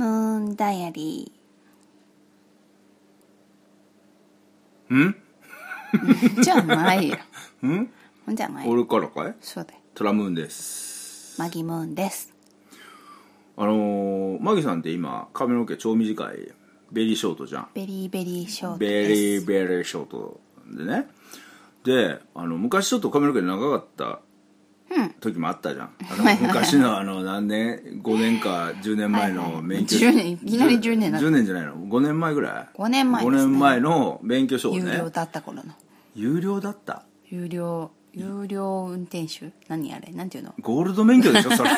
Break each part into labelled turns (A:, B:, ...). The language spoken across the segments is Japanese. A: ダイアリ
B: ん
A: ーじゃないよ
B: ん
A: ほんじゃない
B: 俺からかい
A: そうだよ
B: トラムーンです
A: マギムーンです
B: あのー、マギさんって今髪の毛超短いベリーショートじゃん
A: ベリーベリーショート
B: ベ
A: です
B: リーベリーショートでねであの昔ちょっと髪の毛長かった時もあっ たじゃん、あの昔のあの何年5年か10年前の免許
A: はいはい10年いきなり10年だった
B: 10年じゃないの5年前ぐらい
A: 5年前です
B: 5
A: ね
B: 年前の免許証ね
A: 有料だった頃の
B: 有料だった
A: 有料有料運転手何あれなんていうの
B: ゴールド免許でしょ それ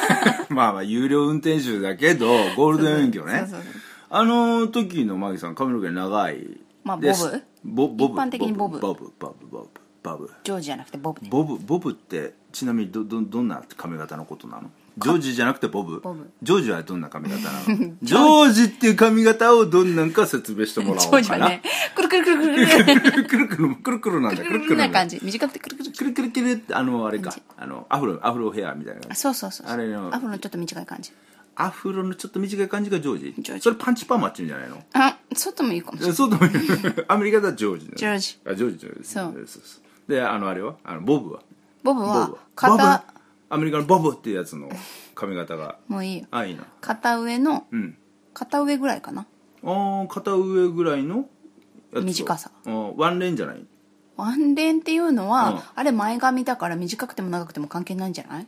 B: まあまあ有料運転手だけどゴールド免許ね
A: そうそうそう
B: あの時のマギさん髪の毛長い
A: まあ
B: ですボボブ
A: 一般的にボブ
B: ボブボブボブボブ
A: ジョージじゃなくてボブね
B: ボブボブってちなみにどどどんな髪型のことなのジョージじゃなくてボブ
A: ボブ
B: ジョージはどんな髪型な のジョージっていう髪型をどんなんか説明してもら
A: ジ
B: お
A: ョ
B: うか
A: ージは
B: な、
A: ねくるくるくるくるくる
B: くるくるくるくるくるなんだくる
A: くる
B: くる
A: な
B: なんだ
A: 感じ短くてくるくる
B: くるくるくるってあのあれかあのアフロアフロヘアみたいな
A: あそうそうそうそう
B: あれの
A: アフロのちょっと短い感じ
B: アフロのちょっと短い感じがジョージ
A: ジョージ
B: それパンチパーマっていうんじゃないの
A: あ外もいいかもしれない
B: そうとも言 うアメリカではジョージなの
A: ジョージ
B: あジョージジョージ
A: そう
B: そうそうであのあれはあのボブは
A: ボブは
B: ボブボブ
A: 肩
B: アメリカのボブっていうやつの髪 型が
A: もういいよ
B: あいいな
A: 肩上の
B: うん
A: 肩上ぐらいかな
B: あー肩上ぐらいのやつを
A: 短さ
B: あーワンレンじゃない
A: ワンレンっていうのは、
B: うん
A: あれ前髪だから短くても長くても関係ないんじゃない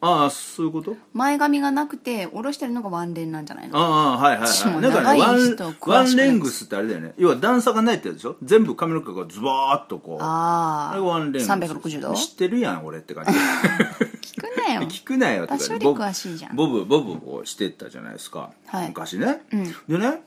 B: ああそういうこと
A: 前髪がなくて下ろしてるのがワンレンなんじゃないの
B: ああはいはい
A: 私も
B: はいなんかねワ
A: 長い
B: ン
A: 人詳しくない
B: ワンレングスってあれだよね要は段差がないってやつでしょ全部髪の毛がズバーっとこうあ
A: あ
B: れ
A: あ
B: がワンレングス
A: 360度
B: 知ってるやん俺って感じ
A: 聞くなよ
B: 聞くなよとか
A: 私より
B: ボブ
A: 詳しいじゃん
B: ボブボブをしてったじゃないですか、
A: はい
B: 昔ね、でね、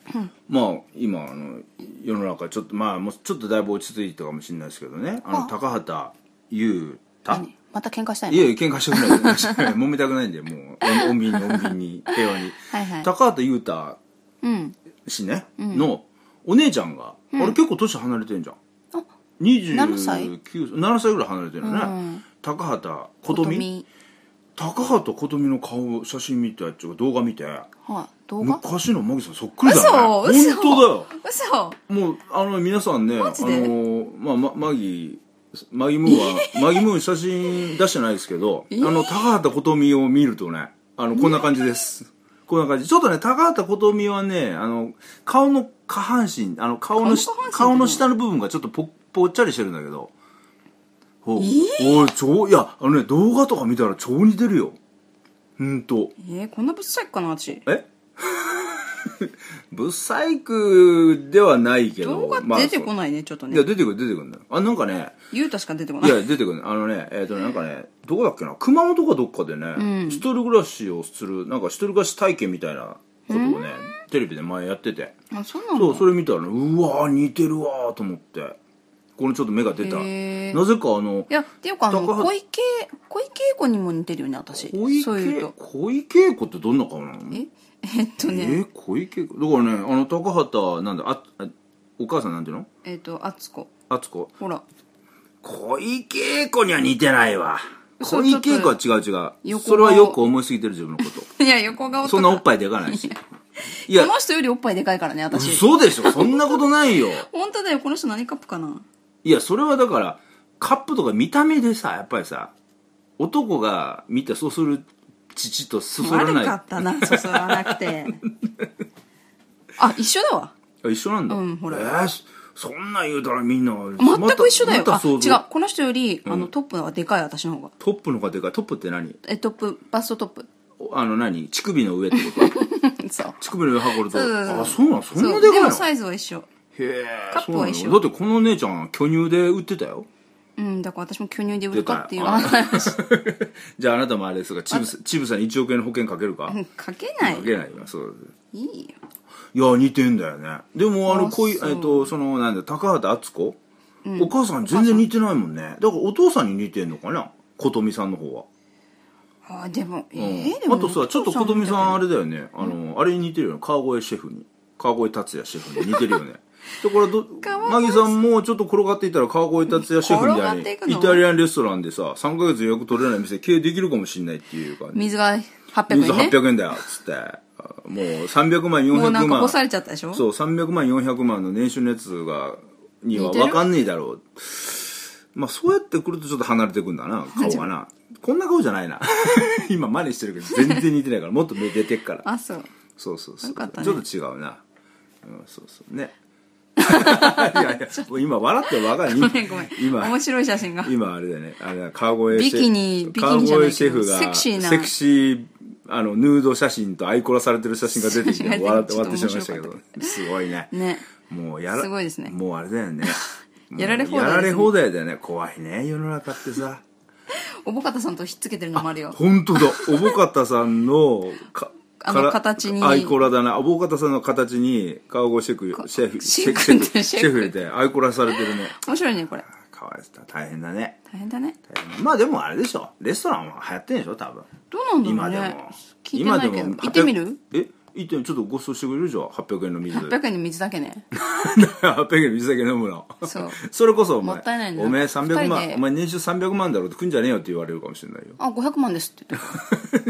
B: まあ今あの世の中ちょっとまあもうちょっとだいぶ落ち着いたかもしれないですけどねあの高畑優太
A: 何また喧嘩したい
B: い
A: の
B: やいや喧嘩したくない です揉めたくないんでもう穏便に穏便に平和に
A: はいはい
B: 高畑優太
A: うん
B: 氏ね、のお姉ちゃんが、あれ結構年離れてんじゃん
A: あ
B: 29
A: 何歳
B: 7歳ぐらい離れてるよね、
A: うん
B: 高畑琴美
A: 瞳
B: 高畑琴美の顔写真見たっちゅうか動画見て
A: はい動画
B: 昔のマギさんそっくりだよね
A: 嘘嘘
B: 本当だよ
A: 嘘
B: もうあの皆さんねあの
A: ジで
B: ーまあまマギマギム ーは、マギムー写真出してないですけど、あの高畑琴美を見るとねあのこんな感じです、こんな感じちょっとね高畑琴美はねあの顔の下半身あの顔のし
A: 顔の下半身って
B: 顔の下の部分がちょっとぽぽっちゃりしてるんだけどほうおい超いやあのね動画とか見たら超似てるよほんと
A: えー、こんなぶっさいかな私
B: えブサイクではないけど
A: 動画
B: まあ
A: 出てこないねちょっと
B: いや
A: ね
B: 出てくる出てくるんだよあなんかね
A: ゆうたしか出てこないい
B: や出てくるあのねえっ、とねなんかねどこだっけな熊本かどっかでね、一人暮らしをするなんか一人暮らし体験みたいなことをねテレビで前やってて
A: あそうなの
B: そうそれ見たらねうわー似てるわーと思ってこのちょっと目が出たな
A: へ
B: ぜ
A: ー
B: かあの
A: いやっていうかあの
B: 高橋
A: 小池小池栄子にも似てるよね私
B: 小池
A: そういうと
B: 小池栄子ってどんな顔なの
A: ええっと
B: え
A: ね
B: ー小池だからねあの高畑なんだああお母さんなんていうの
A: えっとあつこ
B: あつこ
A: ほら
B: 小池栄子には似てないわ
A: 嘘
B: 小池栄子は違う違う
A: 横顔
B: それはよく思いすぎてる自分のこ
A: いや横顔
B: と
A: と
B: そんなおっぱいでかないしいや
A: この人よりおっぱいでかいからね私
B: 嘘でしょそんなことないよ
A: 本当だよこの人何カップかない
B: やそれはだからカップとか見た目でさやっぱりさ男が見てそうする父とそそら
A: 悪
B: ない
A: かった なそそらなくてあ一緒だわ
B: あ一緒なんだ
A: うんほら
B: えーそそんなん言うたらみんな
A: 全
B: また
A: く一緒だよ、
B: また
A: あ違
B: 想像
A: うこの人よりあのトップの方がでかい私の方が
B: トップの方がでかいトップって何
A: えトップバストトップ
B: おあの何乳首の上ってこと
A: そう
B: 乳首の上運ぶと
A: そうそうそう
B: あそうなんそん
A: そ
B: な
A: う
B: で
A: で
B: かいの
A: もサイズは一緒
B: へえ
A: カップは一緒
B: そうなのだってこの姉ちゃん巨乳で売ってたよ
A: うんだから私も巨乳で売るかっていう
B: 出た
A: 話
B: じゃああなたもあれですがチブさんチブさんに1億円の保険かけるか
A: かけない
B: かけないよそう
A: いいよ
B: いや似てんだよねでもあの
A: あ
B: こいえっ
A: そう
B: とそのなんだ高畑敦子お母さん全然似てないもんねだからお父さんに似てんのかな琴美さんの方は
A: あでもえ
B: うん
A: ー、でも
B: あとさちょっと琴美さんあ
A: れ
B: れだよねあのあれに似てるよね川越シェフに川越達也シェフに似てるよ ねだからどマギさんもちょっと転がっていったら川越達也シェフみた
A: 転
B: い
A: がっていく
B: に
A: の
B: イタリアンレストランでさ3ヶ月予約取れない店経営できるかもしんないっていう感じ
A: 水が800円ね
B: 水800円だよっつってあもう300万400万
A: もうなんか干されちゃったでしょ
B: そう300万400万の年収のやつがには
A: 似てる
B: 分かんねえだろうまあそうやってくるとちょっと離れてくんだな顔がなこんな顔じゃないな 今真似してるけど全然似てないからもっと目出てっから
A: あそう
B: そうそうそう
A: よかったね
B: ちょっと違うな、うん、そうそう ねいやいやもう今笑って分かる
A: ごめんごめん
B: 今
A: 面白い写真が
B: 今あれだよねあれだ川越シェフ
A: ビキニビキ
B: 川
A: ニじゃないけど
B: 越シェフが
A: セクシーな
B: セクシーあのヌード写真とアイコラされてる写真が出てきて
A: 写真が出てきて
B: 笑って終わって
A: ち
B: し
A: ょっ
B: ま
A: と面
B: いましたけ
A: 白か
B: ど
A: っ
B: すごいね
A: ね
B: もうやら
A: すごいですね
B: もうあれだよねも う
A: やられ放題ですね
B: やられ放題だよね怖いね世の中ってさ
A: おぼかたさんとひっつけてるのもあるよ
B: 本当だおぼかたさんのか
A: あの
B: から
A: 形に
B: アイコラだなおぼかたさんの形に川越シェフシェフ
A: シェフって
B: シェフでアイコラされてるね
A: 面白いねこれ
B: かわいそうだ大変だね
A: 大変だね
B: まあでもあれでしょレストランは流行ってんでしょ多分
A: どうな
B: 今
A: ん
B: で
A: だ
B: も
A: ろうね聞いてないけど行ってみる
B: え行ってみるちょっとご馳走してくれるじゃん800円の水
A: ?800 円の水だけね
B: 800円の水だけ飲むの
A: そう
B: それこそお前
A: もったいないね
B: お前300
A: 二人
B: 万
A: で
B: お前年収300万だろって来んじゃねえよって言われるかもしれないよ
A: あ500万ですって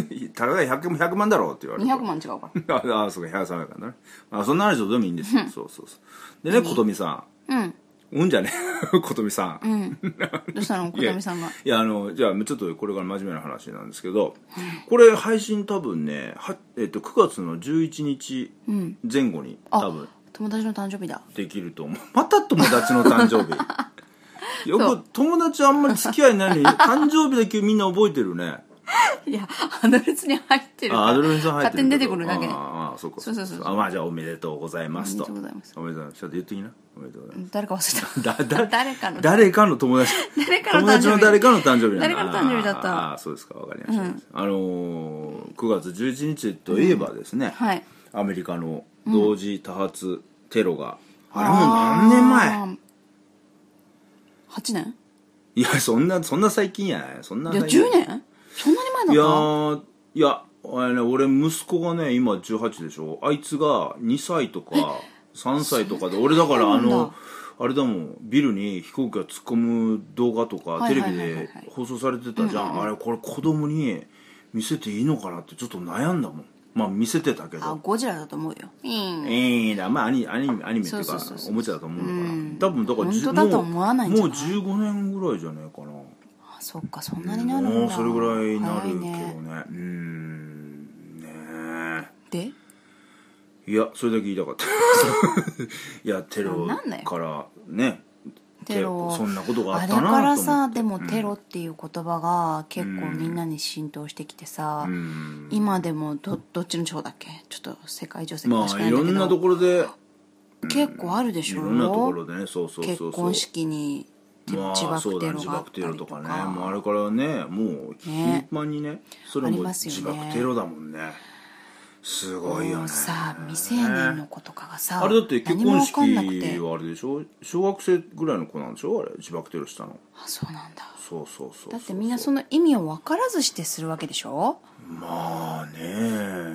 A: 言って
B: たかが100万100万だろって 言われる
A: 200万違うから
B: ああそうか100万だねあそんな話どうでもいいんですよそうそうそうでね琴美さ
A: うん
B: んうんじゃねえ 琴美さん
A: どうしたの小
B: いや
A: 谷さんが
B: いやあのじゃあちょっとこれから真面目な話なんですけどこれ配信多分ねは、えっと9月の11日前後に多分
A: 友達の誕生日だ
B: できると思う、 また友達の誕生日 よ
A: そ
B: く友達あんまり付き合いない のに誕生日だけみんな覚えてるね
A: いやアドレスに入ってるから
B: あアドレス入ってるけど
A: 勝手に出てくるだけ
B: ああああそうか
A: そうそうそう
B: あまあじゃあおめでとうございますと
A: おめでとうございます
B: おめでとうございますちょっと言ってきなおめでとうございます
A: 誰か忘れた
B: だだ
A: 誰かの
B: 誰かの友達
A: 誰かの誕生日
B: 友達の誰かの誕生日なんだ
A: 誰かの誕生日だった
B: ああそうですかわかりました、あのー、9月11日といえばですね、
A: はい
B: アメリカの同時多発テロが、あれもう何年前
A: 8年
B: いやそんなそんな最近やないそんない
A: や
B: 最近
A: 10年そんなに前だった
B: いやーいやあれね俺息子がね今18でしょあいつが2歳とか3歳とかで俺だから
A: そ
B: あ
A: うなん
B: の
A: だ
B: あれだもんビルに飛行機が突っ込む動画とか
A: はい
B: テ
A: はい
B: レ
A: はいはい
B: ビで放送されてたじゃんあれこれ子供に見せていいのかなってちょっと悩んだもんまあ見せてたけ
A: あ
B: ど
A: ゴジラだと思うようん
B: ええだまあアニアニメアニメっていう
A: そう
B: か
A: そうそうそう
B: おもちゃだと思うのかな多分だからじゅ
A: 本当だと思わないんじゃ
B: も
A: な
B: う
A: い
B: 15年ぐらいじゃねえかな
A: あそっかそんなになるんだ
B: もうそれぐらいになるけ
A: 早
B: ど
A: い
B: ね
A: ね
B: うーんね
A: で
B: えいやそれだけ言いたかった いやテロ
A: なんだよ
B: からね
A: テロ
B: そんなことがあ
A: あ
B: っ
A: れ
B: たなと思って
A: からさでもテロっていう言葉が結構みんなに浸透してきてさ、
B: うん
A: 今でもどどっちの地方だっけちょっと世界情勢詳
B: ま
A: しく
B: あ
A: ないいんだ
B: ろ
A: けど,、
B: んなところで
A: 結構あるで
B: い
A: しょ
B: ろんなところでねそうそうそうそう
A: 結婚式にて
B: ま
A: 自
B: あそ
A: 爆
B: うだ
A: テ
B: ね
A: ロ
B: 自
A: があっ
B: 爆
A: た
B: テ
A: り
B: ロ
A: と
B: とか
A: か
B: ねもうあれからねもう頻繁にねそれ
A: あり
B: も
A: ますよね
B: 自爆テロだもんねすごい
A: も
B: よね
A: うさ未成年の子とかがさ
B: あれだって結婚式
A: 何も分かんなくて
B: はあれでしょ小学生ぐらいの子なんでしょあれ自爆テロしたの
A: あそうなんだ
B: そうそうそうそう
A: だってみんなその意味を分からずしてするわけでしょ
B: まあね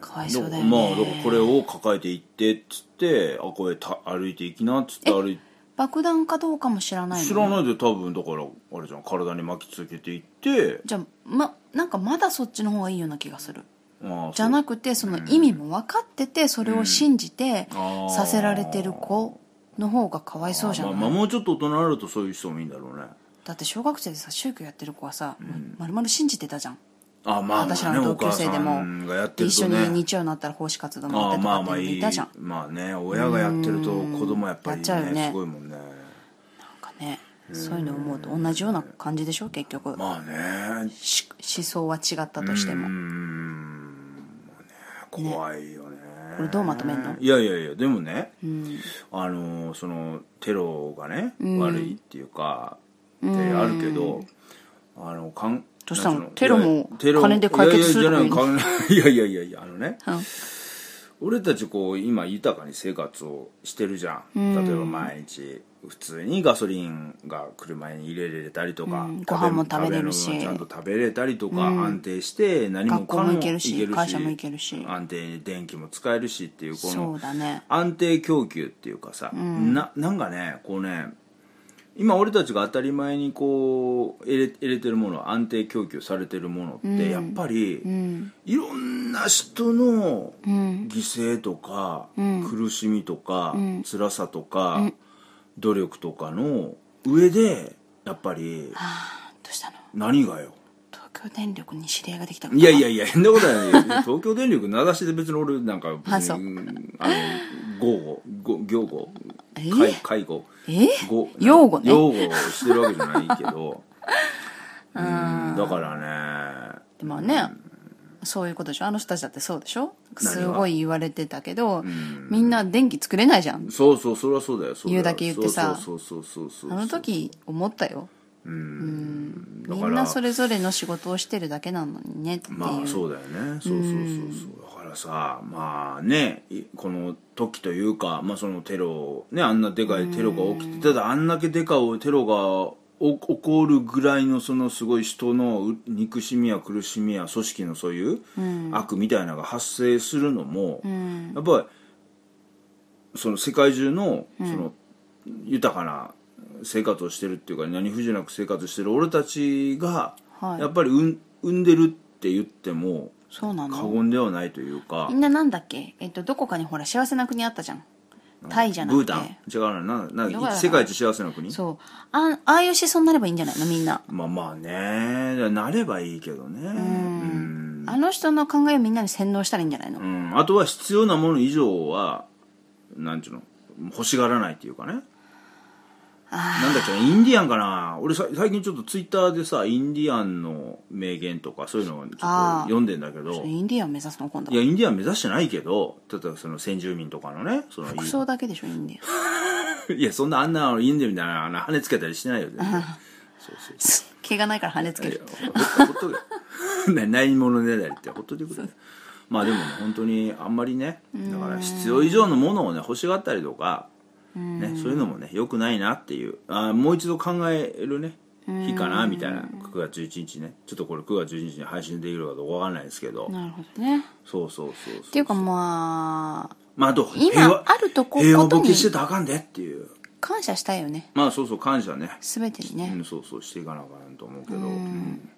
A: かわいそうだよ
B: まあ
A: ね
B: だからこれを抱えていってっつってあこれた歩いていきなっつって歩い
A: 爆弾かどうかも知らないの
B: 知らないで多分だからあれじゃん体に巻きつけていって
A: じゃあまなんかまだそっちの方がいいような気がする
B: まあ
A: じゃなくてその意味も分かっててそれを信じて
B: あー
A: させられてる子の方がかわいそうじゃ
B: ま
A: な
B: あ
A: い、
B: まあもうちょっと大人になるとそういう人もいいんだろうね
A: だって小学生でさ宗教やってる子はさ、まるまる信じてたじゃん
B: あまあま
A: 私ら
B: あね
A: の
B: お
A: 同級
B: 母
A: 生
B: さ
A: でも
B: んがやって
A: 一
B: ると
A: 緒に
B: ね
A: 日曜になったら奉仕活動もやっ
B: ああ
A: てと
B: ま
A: か
B: あ
A: って
B: まあ
A: いうの
B: い
A: い
B: い
A: たじゃん
B: まあね親がやってると子供やっぱり
A: やっちゃうよ
B: ね
A: ね
B: すごいもんね
A: なんかねそういうのを思うと同じような感じでしょ結局、
B: まあね
A: し思想は違ったとしても、
B: うーん怖いよね
A: これどうまとめんの
B: いやいやいやでもね、あのーそのテロがね、悪いっていうかってあるけど、あのかん
A: どうしたの
B: なん
A: テロも
B: いやいやテロ
A: 金で解決するとか言うの
B: いやいやいやいやいやいやいやあのね
A: うん
B: 俺たちこう今豊かに生活をしてるじゃん、例えば毎日普通にガソリンが車に入れれたりとか、
A: ん
B: 食べ
A: ご飯も食べれるし
B: 食べ物もちゃんと食べれたりとか、安定して何も
A: 学校
B: か
A: も
B: も
A: 行けるし会社も行けるし
B: 安定に電気も使えるしっていうこ
A: そ
B: の
A: うだね
B: 安定供給っていうかさ、ななんかねこうね今俺たちが当たり前にこう入れ入れてるもの安定供給されてるものって、
A: うん
B: やっぱり、
A: うん
B: いろんな人の
A: うん
B: 犠牲とか、
A: うん
B: 苦しみとか、
A: うん
B: 辛さとか、
A: うん
B: 努力とかの上でやっぱり
A: あーどうしたの
B: 何がよ
A: 東京電力に知り合いができたのか
B: いやいやいや、変なことはない。 東京電力名指しで別に俺なんか、
A: あそう
B: うんあの、豪語、ご行語、
A: え
B: 介介護、
A: え
B: ご
A: 擁護ね
B: 擁護してるわけじゃないけ ど、うんだからね、
A: でもね、そういうことでしょあの人たちだってそうでしょ
B: 何が
A: すごい言われてたけど、みんな電気作れないじゃん
B: そうそう、それはそうだよ、そうよ
A: 言うだけ言ってさ
B: そうそうそうそうそう。
A: あの時思ったよ
B: うん、だ
A: み
B: から
A: んなそれぞれの仕事をしてるだけなのにねっていう、
B: まあそうだよねそうそうそうそうだからさまあねいこの時というか、まあ、そのテロねあんなでかいテロが起きてただあんだけでかいテロがお起こるぐらいのそのすごい人のう憎しみや苦しみや組織のそういう悪みたいなのが発生するのも、
A: ん
B: やっぱりその世界中のその豊かな生活をしてるっていうか何不自由なく生活してる俺たちが
A: はい
B: やっぱりうん産んでるって言っても
A: そうな
B: 過
A: の
B: 言ではないというか
A: みんななんだっけえっとどこかにほら幸せな国あったじゃんタイじゃな
B: ブー
A: くて
B: タン違うななな
A: どこだ
B: 世界一幸せな国
A: そうあああいう思想になればいいんじゃないのみんな
B: まあまあねなればいいけどねうん
A: あの人の考えをみんなに洗脳したらいいんじゃないの、
B: うんあとは必要なもの以上はなんちゅうの欲しがらないっていうかねなんだっけなインディアンかな俺さ最近ちょっとツイッターでさインディアンの名言とかそういうのをちょっと
A: あー
B: 読んでんだけど
A: インディアンを目指すの今度
B: いやインディアン目指してないけど例えばその先住民とかのねその
A: 服装だけでしょイン ディアン
B: いや、そんなあんなのインディみたいなあの羽つけたりしてないよ。全然そうそう
A: 毛がないから羽つける
B: いやほっとほっとけ。 なないものねだりってほっといてくれ。まあでもね、本当にあんまりね、だから必要以上のものをね、欲しがったりとか、ね、そういうのもね、良くないなっていう、あーもう一度考えるね、日かな、みたいな、9月11日ね、ちょっとこれ9月11日に配信できるかどうかわかんないですけど、
A: なるほどねっ
B: そうそうそうそう。
A: ていうかまあ
B: まああと、平
A: 今
B: 和
A: あるとこ
B: 平和
A: こ
B: ボ
A: と
B: ケ
A: に
B: してたらあかんでっていう。
A: 感謝したいよね
B: まあそうそう、感謝ね。
A: 全てにね、
B: うん、そうそうしていかなあかんと思うけど、うん